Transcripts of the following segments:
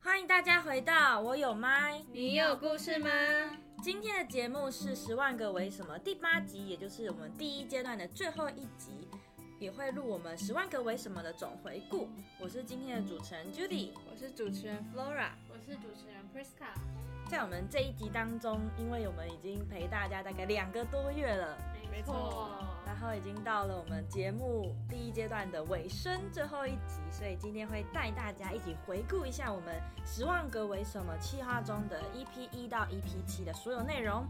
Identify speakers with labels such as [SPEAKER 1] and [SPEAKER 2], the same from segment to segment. [SPEAKER 1] 欢迎大家回到我有麦。
[SPEAKER 2] 你有故事吗？
[SPEAKER 1] 今天的节目是《十万个为什么》第八集，也就是我们第一阶段的最后一集，也会录我们《十万个为什么》的总回顾。我是今天的主持人 Judy。
[SPEAKER 2] 我是主持人 Flora。
[SPEAKER 3] 我是主持人 Priska，
[SPEAKER 1] 在我们这一集当中，因为我们已经陪大家大概两个多月了，
[SPEAKER 2] 没
[SPEAKER 3] 没
[SPEAKER 2] 错
[SPEAKER 1] 然后已经到了我们节目第一阶段的尾声，最后一集，所以今天会带大家一起回顾一下我们《十万个为什么》企划中的 EP 一到 EP 七的所有内容，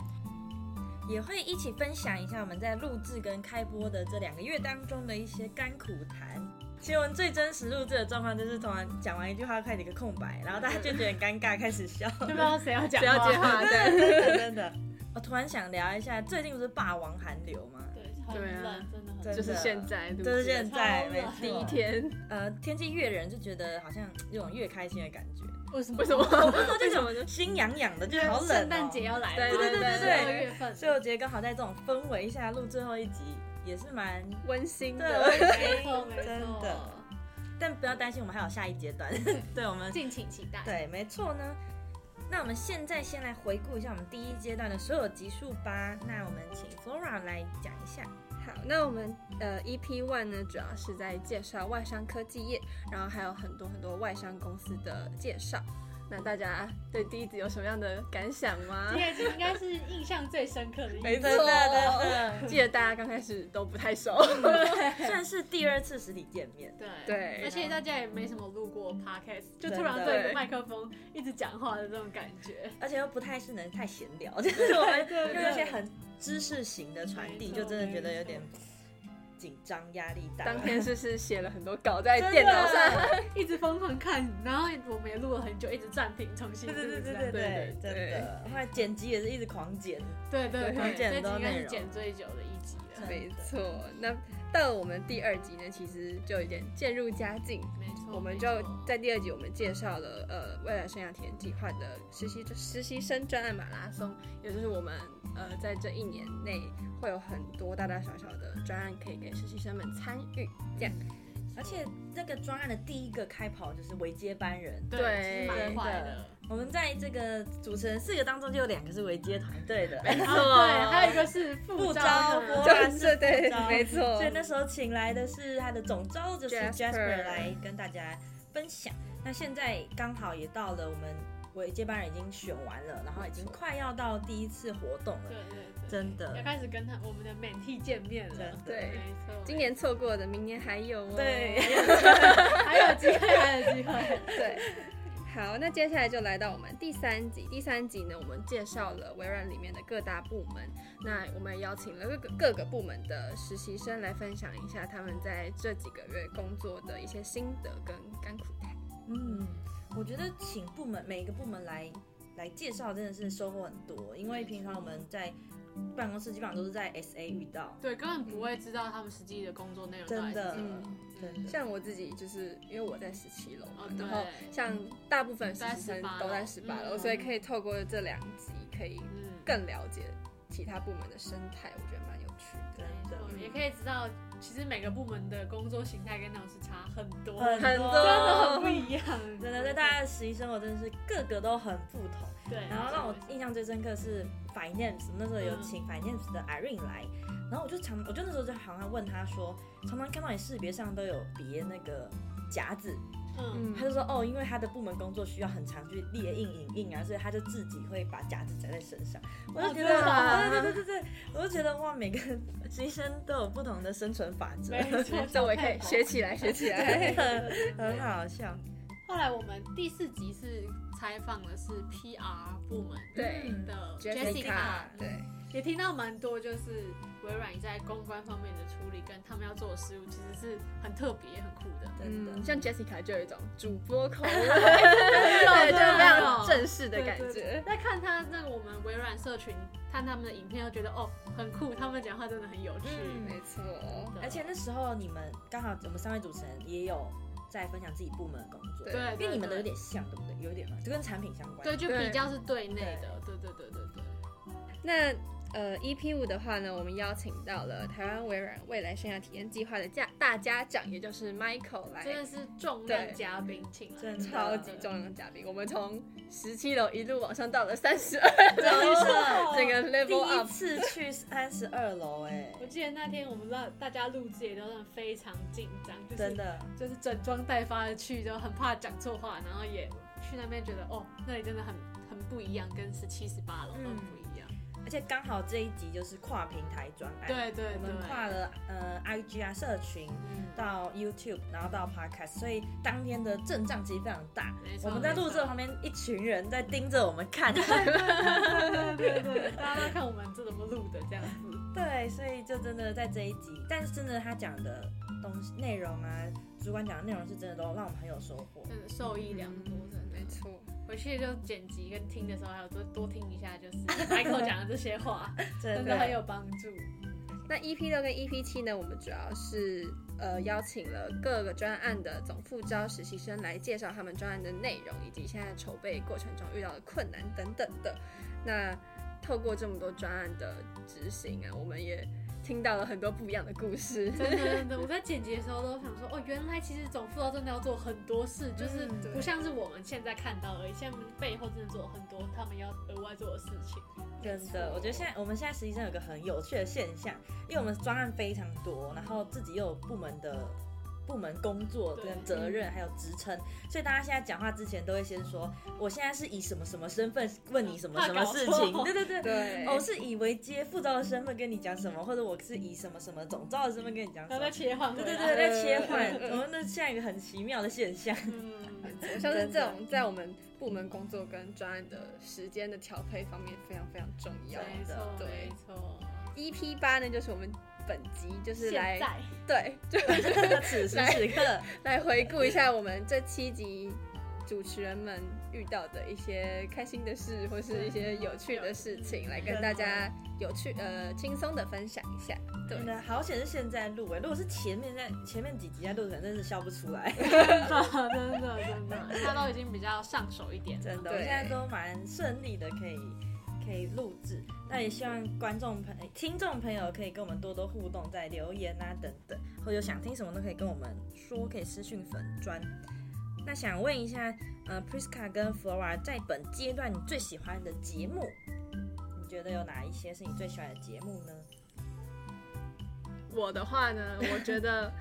[SPEAKER 1] 也会一起分享一下我们在录制跟开播的这两个月当中的一些甘苦谈。其实我们最真实录制的状况就是，突然讲完一句话，开始一个空白，然后大家就觉得很尴尬，开始笑。
[SPEAKER 3] 不知道谁要讲
[SPEAKER 2] 不要接话，
[SPEAKER 1] 真
[SPEAKER 2] 对，
[SPEAKER 1] 的真的。我突然想聊一下，最近不是霸王寒流吗？
[SPEAKER 3] 对，
[SPEAKER 2] 对
[SPEAKER 3] 很
[SPEAKER 2] 啊
[SPEAKER 3] 冷，真的很
[SPEAKER 1] 真
[SPEAKER 3] 冷。
[SPEAKER 1] 的
[SPEAKER 2] 就是现在，对不
[SPEAKER 1] 就是
[SPEAKER 2] 对
[SPEAKER 1] 现在，
[SPEAKER 3] 超
[SPEAKER 1] 没
[SPEAKER 3] 冷
[SPEAKER 1] 错
[SPEAKER 2] 第一天，
[SPEAKER 1] 呃，天气越冷就觉得好像有种越开心的感觉，
[SPEAKER 3] 为什么
[SPEAKER 2] 为什么？
[SPEAKER 1] 就什么心痒痒的，就好冷、
[SPEAKER 3] 哦
[SPEAKER 1] 哦
[SPEAKER 3] 圣诞节。要来了，
[SPEAKER 2] 对对对对对
[SPEAKER 3] 二月份，
[SPEAKER 1] 所以我觉得刚好在这种氛围下录最后一集也是蛮，
[SPEAKER 2] 温馨
[SPEAKER 1] 对
[SPEAKER 2] 的
[SPEAKER 1] 温，
[SPEAKER 3] 没错没
[SPEAKER 1] 真的
[SPEAKER 3] 错，
[SPEAKER 1] 但不要担心，我们还有下一阶段。 对，我们
[SPEAKER 3] 敬请期待。
[SPEAKER 1] 对，没错呢。那我们现在先来回顾一下我们第一阶段的所有集数吧。那我们请 Flora 来讲一下。
[SPEAKER 2] 好，那我们呃 EP One 呢，主要是在介绍外商科技业，然后还有很多很多外商公司的介绍。那大家对第一集有什么样的感想吗
[SPEAKER 3] 第？二集应该是印象最深刻的一集，
[SPEAKER 2] 错
[SPEAKER 1] 真的真的
[SPEAKER 2] 记得大家刚开始都不太熟，
[SPEAKER 1] 算是第二次实体见面。
[SPEAKER 3] 对
[SPEAKER 2] 对
[SPEAKER 3] 而且大家也没什么录过 podcast，就
[SPEAKER 1] 真的
[SPEAKER 3] 突然对着麦克风一直讲话的这种感觉，
[SPEAKER 1] 而且又不太是能太闲聊，就是我们
[SPEAKER 3] 对
[SPEAKER 1] 用一些很知识型的传递，
[SPEAKER 3] 没
[SPEAKER 1] 就
[SPEAKER 3] 错
[SPEAKER 1] 真的觉得有点
[SPEAKER 3] 没
[SPEAKER 1] 紧张、压力大。
[SPEAKER 2] 当天是不是写了很多稿在
[SPEAKER 1] 真的
[SPEAKER 2] 电脑上，
[SPEAKER 3] 一直疯狂看，然后我们也录了很久，一直暂停重新
[SPEAKER 1] 对
[SPEAKER 3] 录，
[SPEAKER 1] 对对对
[SPEAKER 3] 这
[SPEAKER 1] 对
[SPEAKER 3] 样
[SPEAKER 1] 对
[SPEAKER 2] 对，
[SPEAKER 1] 真
[SPEAKER 2] 对
[SPEAKER 1] 的。后来剪辑也是一直狂剪，
[SPEAKER 3] 对
[SPEAKER 1] 对
[SPEAKER 3] 对对，
[SPEAKER 1] 剪
[SPEAKER 3] 这
[SPEAKER 1] 很
[SPEAKER 3] 集
[SPEAKER 1] 多
[SPEAKER 3] 应该
[SPEAKER 1] 内
[SPEAKER 3] 是
[SPEAKER 1] 容
[SPEAKER 3] 剪最久的一集了，
[SPEAKER 2] 没错，那到了我们第二集呢，其实就有点渐入佳境。
[SPEAKER 3] 没错，
[SPEAKER 2] 我们
[SPEAKER 3] 没
[SPEAKER 2] 就
[SPEAKER 3] 错
[SPEAKER 2] 在第二集，我们介绍了呃未来生涯体验计划的实习实习生专案马拉松，也就是我们呃在这一年内会有很多大大小小的专案可以给实习生们参与。
[SPEAKER 1] 而且这个专案的第一个开跑就是维接班人。
[SPEAKER 3] 对，其
[SPEAKER 2] 对
[SPEAKER 3] 实蛮快
[SPEAKER 1] 真的
[SPEAKER 3] 的。
[SPEAKER 1] 我们在这个主持人四个当中，就有两个是维接团队的，
[SPEAKER 2] 没
[SPEAKER 3] 啊，对，还有一个是
[SPEAKER 1] 副
[SPEAKER 3] 副
[SPEAKER 1] 招
[SPEAKER 3] 招
[SPEAKER 1] 博
[SPEAKER 3] 的，
[SPEAKER 1] 然
[SPEAKER 2] 就是对
[SPEAKER 1] 招，啊
[SPEAKER 2] 没错。
[SPEAKER 3] 哦
[SPEAKER 1] 所以那时候请来的是他的总招，就是
[SPEAKER 2] Jasper
[SPEAKER 1] Jasper 来跟大家分享。那现在刚好也到了我们我接班人已经选完了，然后已经快要到第一次活动
[SPEAKER 3] 对
[SPEAKER 1] 了，
[SPEAKER 3] 对对，
[SPEAKER 1] 真的
[SPEAKER 3] 要，开始跟他我们的 m e n t 见面
[SPEAKER 1] 真
[SPEAKER 3] 了
[SPEAKER 1] 的，
[SPEAKER 2] 对
[SPEAKER 3] 没错，
[SPEAKER 2] 今年错过的，明年还有哦。
[SPEAKER 1] 对，
[SPEAKER 3] 还有机会，还有机会，
[SPEAKER 2] 对，好，那接下来就来到我们第三集。第三集呢，我们介绍了微软里面的各大部门，那我们也邀请了各个各个部门的实习生来分享一下他们在这几个月工作的一些心得跟甘苦谈。
[SPEAKER 1] 嗯，我觉得请部门每个部门来来介绍真的是收获很多，因为平常我们在办公室基本上都是在 SA 遇到，
[SPEAKER 3] 对，根本不会知道他们实际的工作内容到
[SPEAKER 1] 嗯真
[SPEAKER 3] 底是
[SPEAKER 1] 的
[SPEAKER 3] 什么，
[SPEAKER 1] 真的。
[SPEAKER 2] 嗯像我自己就是因为我在十七楼嘛
[SPEAKER 3] 哦，
[SPEAKER 2] 然后
[SPEAKER 3] 对
[SPEAKER 2] 像大部分实习
[SPEAKER 3] 在
[SPEAKER 2] 生
[SPEAKER 3] 18
[SPEAKER 2] 都在
[SPEAKER 3] 楼
[SPEAKER 2] 十八楼，
[SPEAKER 3] 嗯
[SPEAKER 2] 所以可以透过这两集可以
[SPEAKER 3] 嗯，
[SPEAKER 2] 更了解其他部门的生态，我觉得蛮有趣的。
[SPEAKER 1] 真的
[SPEAKER 3] 也可以知道，其实每个部门的工作形态跟那种是差很多，
[SPEAKER 1] 很
[SPEAKER 2] 很
[SPEAKER 1] 多
[SPEAKER 2] 多
[SPEAKER 3] 哦真的很不一样，
[SPEAKER 1] 真的，在大家的实习生活真的是各个都很不同。
[SPEAKER 3] 对，
[SPEAKER 1] 然后让我
[SPEAKER 3] 没
[SPEAKER 1] 印象最深刻是 finance，那时候有请 finance 的 Irene 来，然后我就常，我就那时候就好像问她说，常常看到你识别上都有别那个夹子，
[SPEAKER 3] 错嗯，
[SPEAKER 2] 嗯
[SPEAKER 1] 她就说哦，因为她的部门工作需要很常去列印影印啊，所以她就自己会把夹子夹在身上，我就觉得，哦
[SPEAKER 3] 真的啊
[SPEAKER 1] 对对对对对，我就觉得哇，每个实习生都有不同的生存法 则，
[SPEAKER 3] 没错，
[SPEAKER 2] 这我也可以学起来，学起来。
[SPEAKER 1] 很好笑，
[SPEAKER 3] 后来我们第四集是采访的是 PR 部门
[SPEAKER 2] 对
[SPEAKER 3] 的嗯
[SPEAKER 2] Jessica，对。
[SPEAKER 3] 也听到蛮多，就是微软在公关方面的处理跟他们要做的事务，其实是很特别、很酷的。
[SPEAKER 1] 真的。
[SPEAKER 2] 嗯，像 Jessica 就有一种主播口味，对，就非常正式的感
[SPEAKER 3] 对对对
[SPEAKER 2] 觉。
[SPEAKER 3] 在看他那个我们微软社群看他们的影片，都觉得哦很酷，他们讲话真的很有趣。
[SPEAKER 1] 嗯
[SPEAKER 2] 没错，
[SPEAKER 3] 对
[SPEAKER 1] 而且那时候你们刚好我们三位主持人也有在分享自己部门的工作，
[SPEAKER 2] 对
[SPEAKER 3] 对，
[SPEAKER 1] 因为你们的
[SPEAKER 3] 对
[SPEAKER 1] 有点像，对不对？有点嘛，就跟产品相关。
[SPEAKER 3] 对，就比较是对内
[SPEAKER 1] 对
[SPEAKER 3] 的，对对对对对。
[SPEAKER 2] 那呃 EP 五的话呢，我们邀请到了台湾微软未来生涯体验计划的家大家长，也就是 Michael 来
[SPEAKER 3] 真的是重量嘉宾，请来
[SPEAKER 1] 真的
[SPEAKER 2] 超级重量的嘉宾。我们从十七楼一路往上到了三十二，整个
[SPEAKER 1] 哦第
[SPEAKER 2] level
[SPEAKER 1] 一
[SPEAKER 2] up。
[SPEAKER 1] 次去三十二楼，哎，
[SPEAKER 3] 我记得那天我们让大家录制也都是非常紧张，就是
[SPEAKER 1] 真的，
[SPEAKER 3] 就是整装待发的去，就很怕讲错话，然后也去那边觉得哦，那里真的很很不一样，跟十七十八楼很不一样。
[SPEAKER 1] 而且刚好这一集就是跨平台专案，
[SPEAKER 3] 对对
[SPEAKER 1] 我
[SPEAKER 3] 对
[SPEAKER 1] 们，跨了呃 IG 啊社群
[SPEAKER 3] 嗯
[SPEAKER 1] 到 YouTube，然后到 Podcast，所以当天的阵仗其实非常大。
[SPEAKER 3] 没错
[SPEAKER 1] 我们在录制的
[SPEAKER 3] 没
[SPEAKER 1] 旁边，一群人在盯着我们看，
[SPEAKER 3] 错对对对，大家都看我们这怎么录的这样子。
[SPEAKER 1] 对，所以就真的在这一集，但是真的他讲的东西内容啊，主管讲的内容是真的都让我们很有收获。
[SPEAKER 3] 真的受益良多，真的
[SPEAKER 2] 没。错，
[SPEAKER 3] 回去就剪辑跟听的时候，还有多多听一下，就是 Michael 讲的这些话，
[SPEAKER 1] 真
[SPEAKER 3] 真的很有帮助。
[SPEAKER 2] 那 EP 六跟 EP 七呢，我们主要是呃邀请了各个专案的总副招实习生来介绍他们专案的内容，以及现在筹备过程中遇到的困难等等的。那透过这么多专案的执行啊，我们也听到了很多不一样的故事。
[SPEAKER 3] 真的真的，我在剪辑的时候都想说，哦，原来其实总副导真的要做很多事，就是
[SPEAKER 1] 嗯对
[SPEAKER 3] 不像是我们现在看到而已，现在背后真的做了很多他们要额外做的事情。
[SPEAKER 1] 真的，我觉得现在我们现在实习生有个很有趣的现象，因为我们专案非常多，然后自己又有部门的部门工作
[SPEAKER 3] 对
[SPEAKER 1] 跟责任，还有职称，所以大家现在讲话之前都会先说，我现在是以什么什么身份 问你什么什么事
[SPEAKER 3] 怕搞
[SPEAKER 1] 情，
[SPEAKER 3] 错
[SPEAKER 1] 对对对。
[SPEAKER 2] 对，
[SPEAKER 1] 我、是以为接副招的身份跟你讲什么，或者我是以什么什么总招的身份跟你讲什
[SPEAKER 3] 然
[SPEAKER 1] 么
[SPEAKER 3] 后再，切换回
[SPEAKER 1] 对
[SPEAKER 3] 来，
[SPEAKER 1] 对对，在切换
[SPEAKER 2] 嗯嗯，嗯
[SPEAKER 1] 我们那现在有一个很奇妙的现 象，
[SPEAKER 3] 嗯，
[SPEAKER 2] 像是
[SPEAKER 1] 真
[SPEAKER 2] 这
[SPEAKER 1] 的
[SPEAKER 2] 种在我们部门工作跟专案的时间的调配方面非常非常重要。
[SPEAKER 3] 没错
[SPEAKER 2] 对
[SPEAKER 3] 没错，
[SPEAKER 2] EP 八呢，就是我们本集就是来
[SPEAKER 3] 现在
[SPEAKER 2] 对，就
[SPEAKER 1] 此时此 刻，
[SPEAKER 2] 来回顾一下我们这七集主持人们遇到的一些开心的事，或是一些有趣的事情，来跟大家有趣呃轻松的分享一下。对
[SPEAKER 1] 真，的嗯好险是现在录哎诶，如果是前面在前面几集在录，可能真是笑不出来。
[SPEAKER 3] 真的真的真 的，现在都已经比较上手一点了，
[SPEAKER 1] 真的，我
[SPEAKER 2] 对
[SPEAKER 1] 现在都蛮顺利的，可以可以录制。那也希望观众朋听众朋友可以跟我们多多互动，在留言啊等等，或者有想听什么都可以跟我们说，可以私讯粉砖。那想问一下，呃，Priska 跟 Flora 在本阶段你最喜欢的节目，你觉得有哪一些是你最喜欢的节目呢？
[SPEAKER 2] 我的话呢，我觉得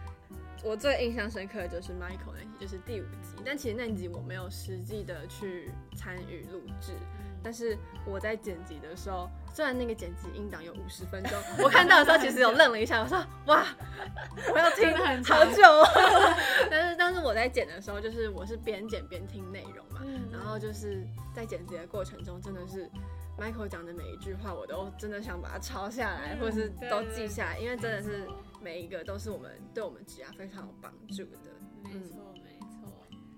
[SPEAKER 2] 我最印象深刻的就是 Michael 那集，就是第五集。但其实那集我没有实际的去参与录制，但是我在剪辑的时候，虽然那个剪辑音档有五十分钟，我看到的时候其实有愣了一下，我说哇，我要听
[SPEAKER 3] 真的很
[SPEAKER 2] 好
[SPEAKER 3] 长
[SPEAKER 2] 久、哦。 但是但是我在剪的时候，就是我是边剪边听内容嘛，
[SPEAKER 3] 嗯
[SPEAKER 2] 然后就是在剪辑的过程中，真的是 Michael 讲的每一句话，我都真的想把它抄下来，
[SPEAKER 3] 嗯
[SPEAKER 2] 或是都记
[SPEAKER 3] 对
[SPEAKER 2] 下来，因为真的
[SPEAKER 3] 没
[SPEAKER 2] 是
[SPEAKER 3] 错
[SPEAKER 2] 每一个都是我们对我们职涯非常有帮助的。
[SPEAKER 3] 没错没错，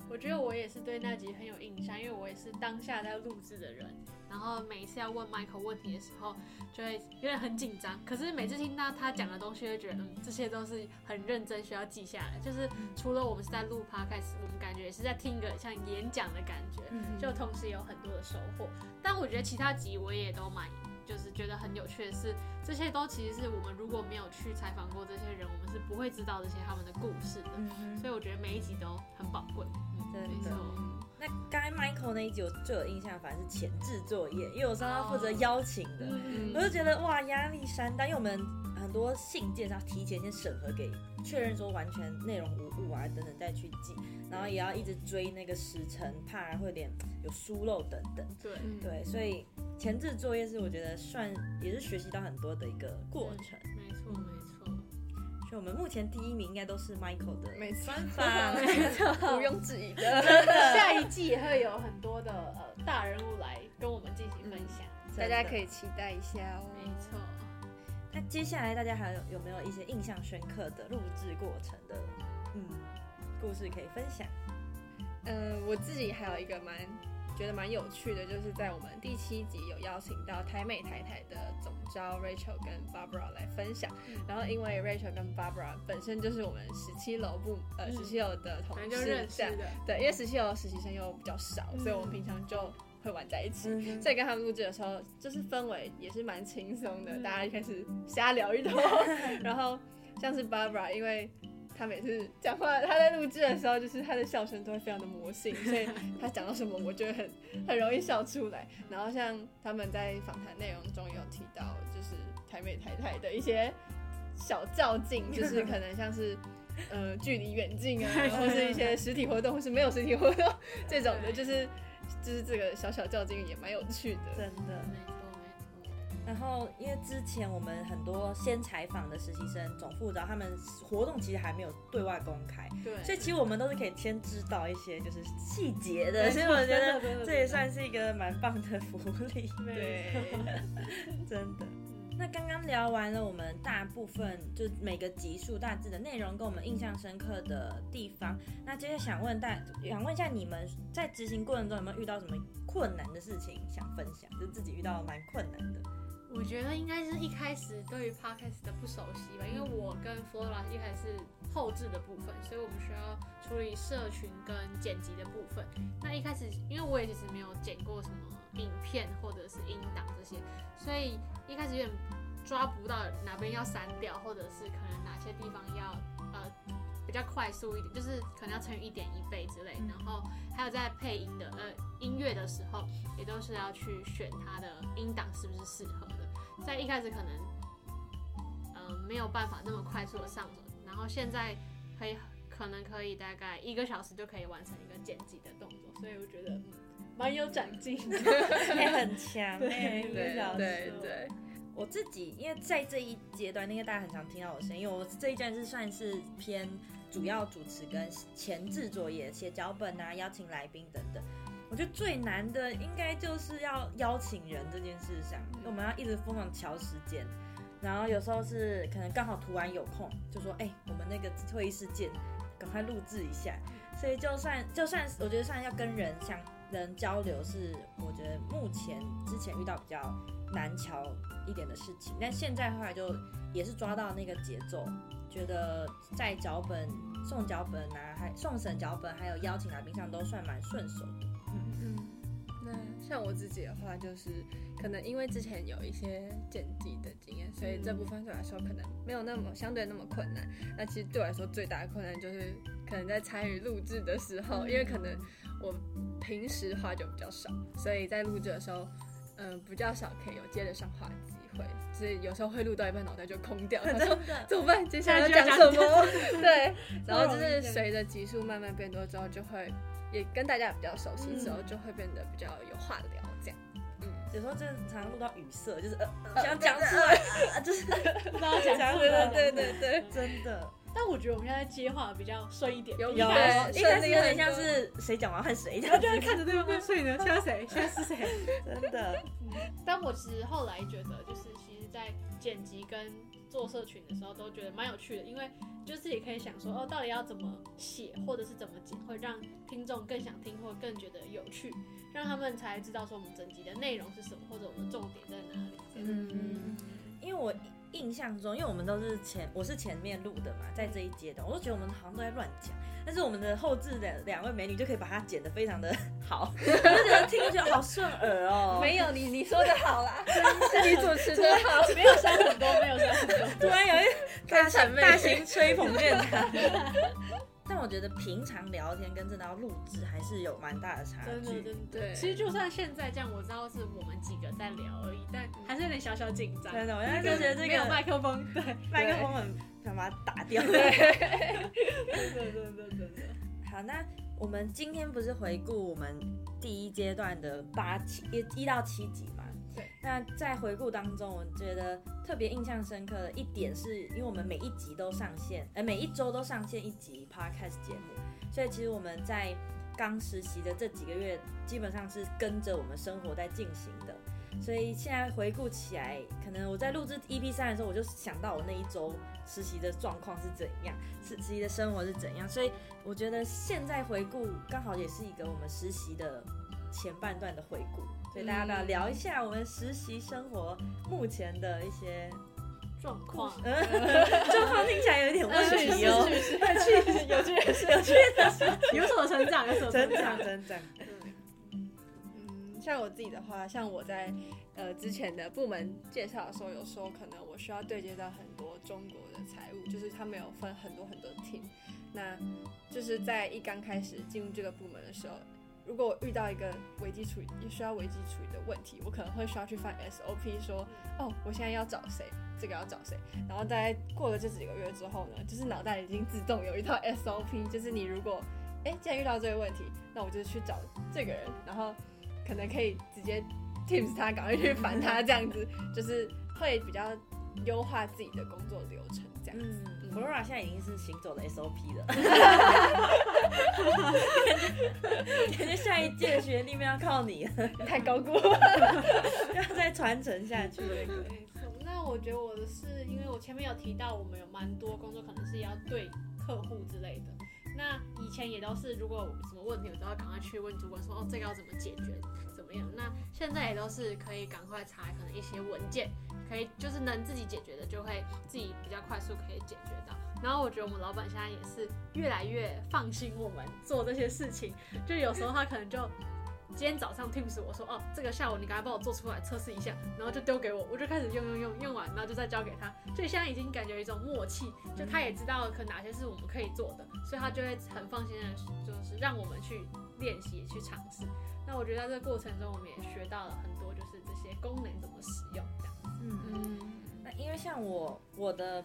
[SPEAKER 3] 我觉得我也是对那集很有印象，因为我也是当下在录制的人。然后每一次要问 Michael 问题的时候，就会有点很紧张。可是每次听到他讲的东西，会觉得嗯，这些都是很认真需要记下来。就是除了我们是在录 podcast，我们感觉也是在听一个像演讲的感觉，就同时有很多的收获。但我觉得其他集我也都蛮，就是觉得很有趣的是，这些都其实是我们如果没有去采访过这些人，我们是不会知道这些他们的故事的。
[SPEAKER 1] 嗯哼，
[SPEAKER 3] 所以我觉得每一集都很宝贵。
[SPEAKER 1] 真的
[SPEAKER 3] 没错，
[SPEAKER 1] 那刚才 Michael 那一集我最有印象，反正是前置作业，因为我是他负责邀请的。
[SPEAKER 3] 嗯
[SPEAKER 1] 我就觉得哇，压力山大，因为我们很多信件是要提前先审核给确认说完全内容无误啊等等再去寄，然后也要一直追那个时辰，怕会有点有疏漏等等。
[SPEAKER 3] 对，
[SPEAKER 2] 嗯，
[SPEAKER 1] 对，所以前置作业是我觉得算也是学习到很多的一个过程，
[SPEAKER 2] 嗯
[SPEAKER 3] 没错没错，
[SPEAKER 1] 所以我们目前第一名应该都是 Michael 的
[SPEAKER 2] 没错
[SPEAKER 1] 专访，
[SPEAKER 2] 没错，毋庸置疑的。
[SPEAKER 3] 下一季也会有很多的呃大人物来跟我们进行分享。
[SPEAKER 2] 大家可
[SPEAKER 1] 以。
[SPEAKER 2] 以期待一下哦。
[SPEAKER 3] 没错，
[SPEAKER 1] 那接下来大家还有有没有一些印象深刻的录制过程的嗯故事可以分享？
[SPEAKER 2] 嗯，我自己还有一个蛮觉得蛮有趣的，就是在我们第七集有邀请到台美台台的总招 Rachel 跟 Barbara 来分享，
[SPEAKER 3] 嗯
[SPEAKER 2] 然后因为 Rachel 跟 Barbara 本身就是我们十七楼部呃
[SPEAKER 3] 嗯
[SPEAKER 2] 十七楼的同
[SPEAKER 3] 反正就
[SPEAKER 2] 事
[SPEAKER 3] 认，识嗯
[SPEAKER 2] 这样
[SPEAKER 3] 的，
[SPEAKER 2] 对，因为十七楼实习生又比较少，所以我们平常就会玩在一起。
[SPEAKER 1] 嗯哼
[SPEAKER 2] 所以跟他们录制的时候，就是氛围也是蛮轻松的，
[SPEAKER 3] 嗯
[SPEAKER 2] 大家一开始瞎聊一 通，然后像是 Barbara，因为她每次讲话，她在录制的时候，就是她的笑声都会非常的魔性，所以她讲到什么，我就会很很容易笑出来。然后像他们在访谈内容中有提到，就是台美台台的一些小较 劲，就是可能像是。呃，距离远近啊，或是一些实体活动，或是没有实体活动这种的，
[SPEAKER 3] 对
[SPEAKER 2] 就是就是这个小小较劲也蛮有趣的。
[SPEAKER 1] 真的。
[SPEAKER 3] 没错没错，
[SPEAKER 1] 然后，因为之前我们很多先采访的实习生、总副招，他们活动其实还没有对外公开，
[SPEAKER 3] 对，
[SPEAKER 1] 所以其实我们都是可以先知道一些就是细节的，
[SPEAKER 3] 没
[SPEAKER 1] 所
[SPEAKER 3] 错
[SPEAKER 1] 以我觉得
[SPEAKER 3] 真的真的
[SPEAKER 1] 这也算是一个蛮棒的福利，
[SPEAKER 3] 对，嗯
[SPEAKER 2] 对，
[SPEAKER 1] 真的。那刚刚聊完了我们大部分就每个集数大致的内容跟我们印象深刻的地方，那接着想问大想问一下你们在执行过程中有没有遇到什么困难的事情想分享？就自己遇到蛮困难的，
[SPEAKER 3] 我觉得应该是一开始对于 podcast 的不熟悉吧，因为我跟 Flora 一开始是后置的部分，所以我们需要处理社群跟剪辑的部分。那一开始，因为我也其实没有剪过什么影片或者是音档这些，所以一开始有点抓不到哪边要删掉，或者是可能哪些地方要呃比较快速一点，就是可能要乘以一点一倍之类。
[SPEAKER 2] 嗯
[SPEAKER 3] 然后还有在配音的呃音乐的时候，也都是要去选它的音档是不是适合的。在一开始可能呃没有办法那么快速的上手，然后现在可以可能可以大概一个小时就可以完成一个剪辑的动作，所以我觉得嗯蛮有长进的。
[SPEAKER 1] 也、很强哎、
[SPEAKER 3] 对
[SPEAKER 1] 欸，
[SPEAKER 2] 对
[SPEAKER 1] 老
[SPEAKER 2] 对
[SPEAKER 1] 师。
[SPEAKER 2] 对，
[SPEAKER 1] 我自己因为在这一阶段，那个大家很常听到我的声音，因为我这一阶段是算是偏主要主持跟前置作业，写脚本啊，邀请来宾等等。我觉得最难的应该就是要邀请人这件事上，因为我们要一直疯狂调时间，然后有时候是可能刚好突然有空，就说哎、我们那个会议室见，赶快录制一下。所以就算就算我觉得算要跟人相人交流是，我觉得目前之前遇到比较难瞧一点的事情，但现在后来就也是抓到那个节奏，觉得在脚本送脚本啊，还送审脚本，还有邀请来宾上都算蛮顺手的。
[SPEAKER 2] 嗯，那像我自己的话，就是可能因为之前有一些剪辑的经验，所以这部分对我来说可能没有那么相对那么困难。那其实对我来说最大的困难就是可能在参与录制的时候，因为可
[SPEAKER 3] 嗯
[SPEAKER 2] 能我平时话就比较少，所以在录制的时候，嗯、比较少可以有接得上话的机会，所以有时候会录到一半脑袋就空 掉，想说 怎么办？接下来要讲什么？ 对，然后就是随着集数慢慢变多之后，就会也跟大家比较熟悉之后，就会变得比较有话聊这样。
[SPEAKER 1] 有时候真的常常录到语塞，就是呃呃想讲出来，呃就是
[SPEAKER 3] 不知 道讲什么了
[SPEAKER 2] 对对对，
[SPEAKER 1] 真的
[SPEAKER 3] 但我觉得我们现在接话比较顺一点，
[SPEAKER 2] 有
[SPEAKER 3] 一
[SPEAKER 1] 有
[SPEAKER 3] 开始
[SPEAKER 2] 对
[SPEAKER 1] 一开
[SPEAKER 2] 顺
[SPEAKER 1] 始
[SPEAKER 2] 利
[SPEAKER 1] 有点
[SPEAKER 2] 很
[SPEAKER 1] 像
[SPEAKER 2] 多
[SPEAKER 1] 是谁讲完换谁讲
[SPEAKER 3] 然后，就会看着对方，所以呢，现在谁？ 现在是谁？
[SPEAKER 1] 啊真的
[SPEAKER 3] 但我其实后来觉得，就是其实，在剪辑跟做社群的时候，都觉得蛮有趣的，因为就是也可以想说，哦，到底要怎么写，或者是怎么剪，会让听众更想听，或更觉得有趣，让他们才知道说我们整集的内容是什么，或者我们重点在哪里。这样
[SPEAKER 2] 嗯，
[SPEAKER 1] 因为我印象中，因为我们都是前我是前面录的嘛，在这一阶段，我都觉得我们好像都在乱讲，但是我们的后置的两位美女就可以把它剪得非常的 好，我就觉得听就觉得好顺耳 哦。
[SPEAKER 2] 没有你你说的好啦， 是你主持的好，
[SPEAKER 3] 没有删很多，没有删很多。
[SPEAKER 1] 突然有一
[SPEAKER 2] 大
[SPEAKER 1] 大
[SPEAKER 2] 谄媚
[SPEAKER 1] 大型吹捧电 台。但我觉得平常聊天跟真的要录制还是有蛮大的差
[SPEAKER 3] 真 的，
[SPEAKER 1] 距。
[SPEAKER 3] 真的。
[SPEAKER 2] 对
[SPEAKER 3] 其实就算现在这样，我知道是我们几个在聊而已，但还是有点小小紧张。
[SPEAKER 1] 真的，我现在就觉得这
[SPEAKER 3] 没有
[SPEAKER 1] 个
[SPEAKER 3] 麦克风，对，
[SPEAKER 1] 麦克风很想把它打 掉。
[SPEAKER 3] 对对对对对对。
[SPEAKER 1] 好，那我们今天不是回顾我们第一阶段的八期一一到七集嘛？
[SPEAKER 2] 对。
[SPEAKER 1] 那在回顾当中，我觉得特别印象深刻的一点是，因为我们每一集都上线，呃，每一周都上线一集 podcast 节目，所以其实我们在刚实习的这几个月，基本上是跟着我们生活在进行的。所以现在回顾起来，可能我在录制 EP 三的时候，我就想到我那一周实习的状况是怎样，实实习的生活是怎样，所以我觉得现在回顾刚好也是一个我们实习的前半段的回顾，所以大家来
[SPEAKER 2] 嗯
[SPEAKER 1] 聊一下我们实习生活目前的一些，
[SPEAKER 3] 状 况，
[SPEAKER 1] 嗯，状况听起来有点问题哦，
[SPEAKER 3] 嗯 是是是是， 有趣有趣有趣的有所成长有所
[SPEAKER 1] 成
[SPEAKER 3] 成
[SPEAKER 1] 长
[SPEAKER 3] 长。
[SPEAKER 1] 成长，
[SPEAKER 2] 嗯，像我自己的话，像我在呃之前的部门介绍的时候，有说可能我需要对接到很多中国的财务，就是他们有分很多很多 team。那就是在一刚开始进入这个部门的时候，如果我遇到一个危机处理也需要危机处理的问题，我可能会需要去翻 SOP 说，哦，我现在要找谁，这个要找谁。然后大概过了这几个月之后呢，就是脑袋已经自动有一套 SOP，就是你如果哎，既然遇到这个问题，那我就去找这个人，然后可能可以直接 tips 他，赶快去烦他，这样子就是会比较优化自己的工作流程，这样。
[SPEAKER 1] 嗯
[SPEAKER 2] 嗯
[SPEAKER 1] ，Flora 现在已经是行走的 SOP 了，感觉下一届的学弟妹要靠你了，
[SPEAKER 2] 太高估了，
[SPEAKER 1] 要再传承下去。
[SPEAKER 3] 没错，那我觉得我的是，因为我前面有提到，我们有蛮多工作可能是要对客户之类的。那以前也都是，如果有什么问题，我都要赶快去问主管说，哦，这个要怎么解决，怎么样？那现在也都是可以赶快查可能一些文件，可以就是能自己解决的，就会自己比较快速可以解决到。然后我觉得我们老板现在也是越来越放心我们做这些事情，就有时候他可能就今天早上 Teams 我说哦，这个下午你赶快帮我做出来测试一下，然后就丢给我，我就开始用用用，用完然后就再交给他，所以现在已经感觉有一种默契，就他也知道可能哪些是我们可以做的，所以他就会很放心的，就是让我们去练习去尝试。那我觉得在这个过程中，我们也学到了很多，就是这些功能怎么使用这样。
[SPEAKER 1] 嗯，
[SPEAKER 3] 嗯，
[SPEAKER 1] 那因为像我我的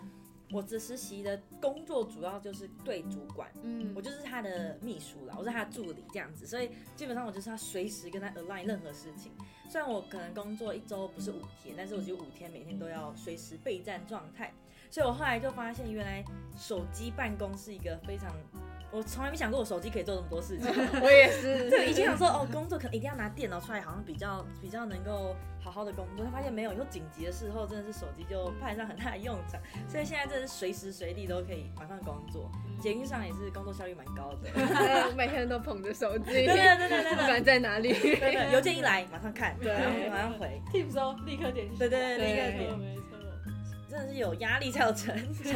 [SPEAKER 1] 我只实习的工作主要就是对主管，
[SPEAKER 3] 嗯
[SPEAKER 1] 我就是他的秘书啦，我是他的助理这样子，所以基本上我就是要随时跟他 align 任何事情。虽然我可能工作一周不是五天，但是我就五天每天都要随时备战状态，所以我后来就发现，原来手机办公是一个非常。我从来没想过我手机可以做这么多事情，
[SPEAKER 2] 我也是。
[SPEAKER 1] 对，以前想说哦，工作可能一定要拿电脑出来，好像比较比较能够好好的工作。但发现没有，以后紧急的时候真的是手机就派上很大的用场，所以现在真的是随时随地都可以马上工作。捷运上也是工作效率蛮高的，
[SPEAKER 2] 我每天都捧着手机，
[SPEAKER 1] 对对对对对
[SPEAKER 2] 不管在哪里。
[SPEAKER 1] 对对，邮件一来马上看，
[SPEAKER 2] 对
[SPEAKER 1] 然后马上回，
[SPEAKER 3] Teams 哦，立刻点击，
[SPEAKER 1] 对对对
[SPEAKER 2] 立刻
[SPEAKER 1] 点
[SPEAKER 3] 没错。没错
[SPEAKER 1] 真的是有压力才有成长。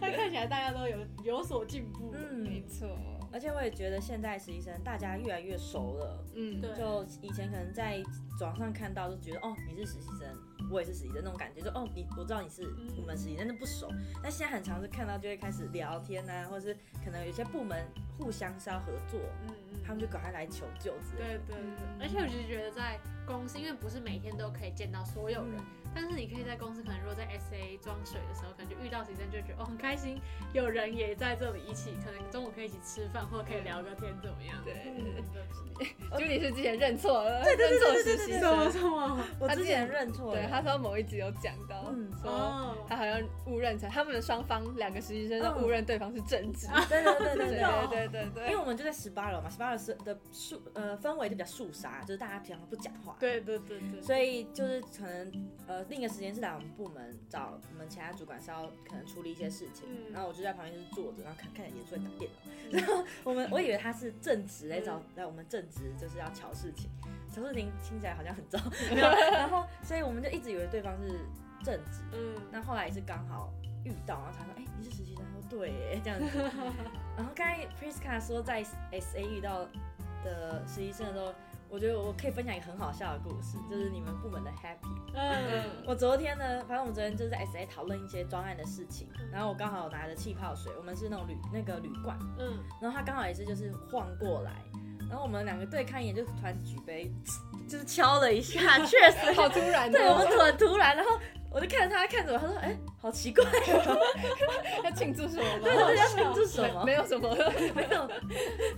[SPEAKER 3] 但看起来大家都有有所进步，
[SPEAKER 1] 嗯
[SPEAKER 2] 没错，
[SPEAKER 1] 而且我也觉得现在实习生大家越来越熟了，
[SPEAKER 2] 嗯，
[SPEAKER 3] 对
[SPEAKER 1] 就以前可能在网上看到，就觉得哦你是实习生，我也是实习生那种感觉，就哦你我知道你是
[SPEAKER 3] 嗯
[SPEAKER 1] 我们实习生，但是不熟。但现在很常是看到就会开始聊天啊，或者是可能有些部门互相是要合作，
[SPEAKER 3] 嗯嗯
[SPEAKER 1] 他们就赶快来求救之类的。
[SPEAKER 3] 对对对，而且我其实觉得在公司，因为不是每天都可以见到所有人，但是你可以在公司，可能如果在 SA 装水的时候，可能就遇到学生就觉得哦很开心，有人也在这里一起，可能中午可以一起吃饭，或者可以聊个天，怎么样？
[SPEAKER 2] 对
[SPEAKER 3] 嗯，
[SPEAKER 2] 就你是之前认错了，认错实习
[SPEAKER 1] 对
[SPEAKER 3] 什么
[SPEAKER 2] 生。
[SPEAKER 3] 什么？
[SPEAKER 1] 我
[SPEAKER 2] 他
[SPEAKER 1] 之
[SPEAKER 2] 之前
[SPEAKER 1] 前认错
[SPEAKER 2] 对，哦他
[SPEAKER 1] 了，
[SPEAKER 2] 说某一集有讲到
[SPEAKER 1] 嗯，
[SPEAKER 2] 说
[SPEAKER 3] 哦
[SPEAKER 2] 他好像误认成他们的双方两个实习生都误认对方是正职。
[SPEAKER 1] 对对对对
[SPEAKER 2] 对
[SPEAKER 1] 对
[SPEAKER 3] 哦
[SPEAKER 2] 对对对
[SPEAKER 1] 因为
[SPEAKER 2] 对。
[SPEAKER 1] 我们就在十八楼嘛，十八楼是的树呃氛围就比较肃杀，就是大家平常不讲话。
[SPEAKER 3] 对对对对，
[SPEAKER 1] 所以就是可能呃另一个时间是来我们部门找我们其他主管是要可能处理一些事情，
[SPEAKER 3] 嗯
[SPEAKER 1] 然后我就在旁边就是坐着，然后看看着严肃在打电脑，然后我们我以为他是正职来
[SPEAKER 3] 嗯
[SPEAKER 1] 找来我们正职就是要瞧事情，瞧事情听起来好像很 糟，没有然后所以我们就一直以为对方是正职，
[SPEAKER 3] 嗯，
[SPEAKER 1] 那后来也是刚好遇到，然后他说：“哎、你是实习生？”他说：“对耶，这样子。” 然后刚才 Priska 说在 SA 遇到的实习生的时候，我觉得我可以分享一个很好笑的故事，就是你们部门的 Happy。
[SPEAKER 3] 嗯
[SPEAKER 1] 我昨天呢，反正我们昨天就是在 SA 讨论一些专案的事情，然后我刚好拿着气泡水，我们是那种铝那个铝罐，
[SPEAKER 3] 嗯，
[SPEAKER 1] 然后他刚好也是就是晃过来。然后我们两个对看一眼，就突然举杯，就是敲了一下， 确实
[SPEAKER 2] 好突 然
[SPEAKER 1] 对我们
[SPEAKER 2] 哦！
[SPEAKER 1] 突然突然，然后我就看着他看着我，他说：“哎、好奇怪、哦，
[SPEAKER 2] 要庆祝什么
[SPEAKER 1] 对，
[SPEAKER 2] 吗？
[SPEAKER 1] 大家庆祝什么？
[SPEAKER 2] 没有什么。
[SPEAKER 1] 没有，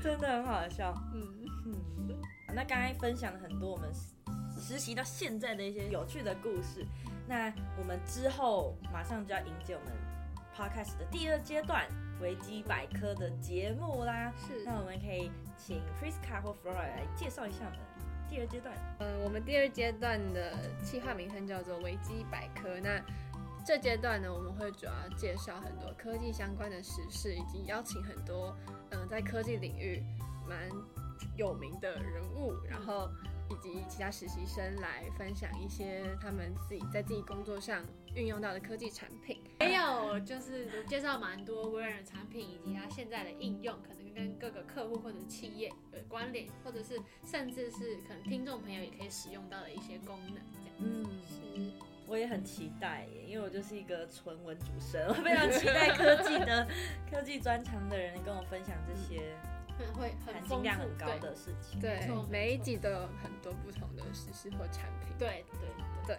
[SPEAKER 1] 真的很好笑。
[SPEAKER 2] 嗯，
[SPEAKER 1] 嗯，那刚才分享了很多我们实习到现在的一些有趣的故事，那我们之后马上就要迎接我们 podcast 的第二阶段维基百科的节目啦。
[SPEAKER 2] 是
[SPEAKER 1] 那我们可以请 Priska 或 Flora 来介绍一下我们第二阶段。
[SPEAKER 2] 呃，我们第二阶段的企划名称叫做维基百科。那这阶段呢，我们会主要介绍很多科技相关的时事，以及邀请很多嗯、呃在科技领域蛮有名的人物，然后以及其他实习生来分享一些他们自己在自己工作上运用到的科技产品。
[SPEAKER 3] 没有，就是有介绍蛮多微软的产品以及它现在的应用，可能跟各个客户或者是企业有关联，或者是甚至是可能听众朋友也可以使用到的一些功能，这样。
[SPEAKER 1] 嗯，
[SPEAKER 3] 是
[SPEAKER 1] 我也很期待耶，因为我就是一个纯文主生， 我非常期待科技 的科技专长的人跟我分享这些
[SPEAKER 3] 很 会嗯很
[SPEAKER 1] 含
[SPEAKER 3] 丰
[SPEAKER 1] 金
[SPEAKER 3] 富
[SPEAKER 1] 量很高
[SPEAKER 3] 对
[SPEAKER 1] 的事情。
[SPEAKER 2] 对
[SPEAKER 3] 没错，
[SPEAKER 2] 每一集都有很多不同的实施或产品，
[SPEAKER 3] 对对对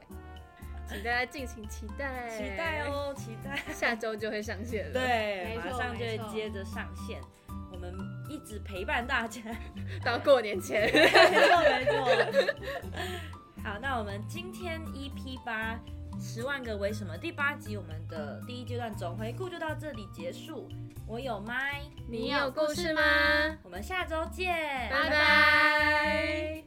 [SPEAKER 2] 请大家敬请期待，
[SPEAKER 1] 期待，哦，期待。
[SPEAKER 2] 下周就会上线了，，
[SPEAKER 1] 对，
[SPEAKER 3] 没
[SPEAKER 1] 马
[SPEAKER 3] 错
[SPEAKER 1] 上就会
[SPEAKER 3] 没错
[SPEAKER 1] 接着上线。我们一直陪伴大 家，
[SPEAKER 2] 到过年前，
[SPEAKER 1] 没错没错。好，那我们今天 EP 八十万个为什么第八集，我们的第一阶段总回顾就到这里结束。我有麦，
[SPEAKER 3] 你有故事吗？
[SPEAKER 1] 我们下周见，
[SPEAKER 2] 拜拜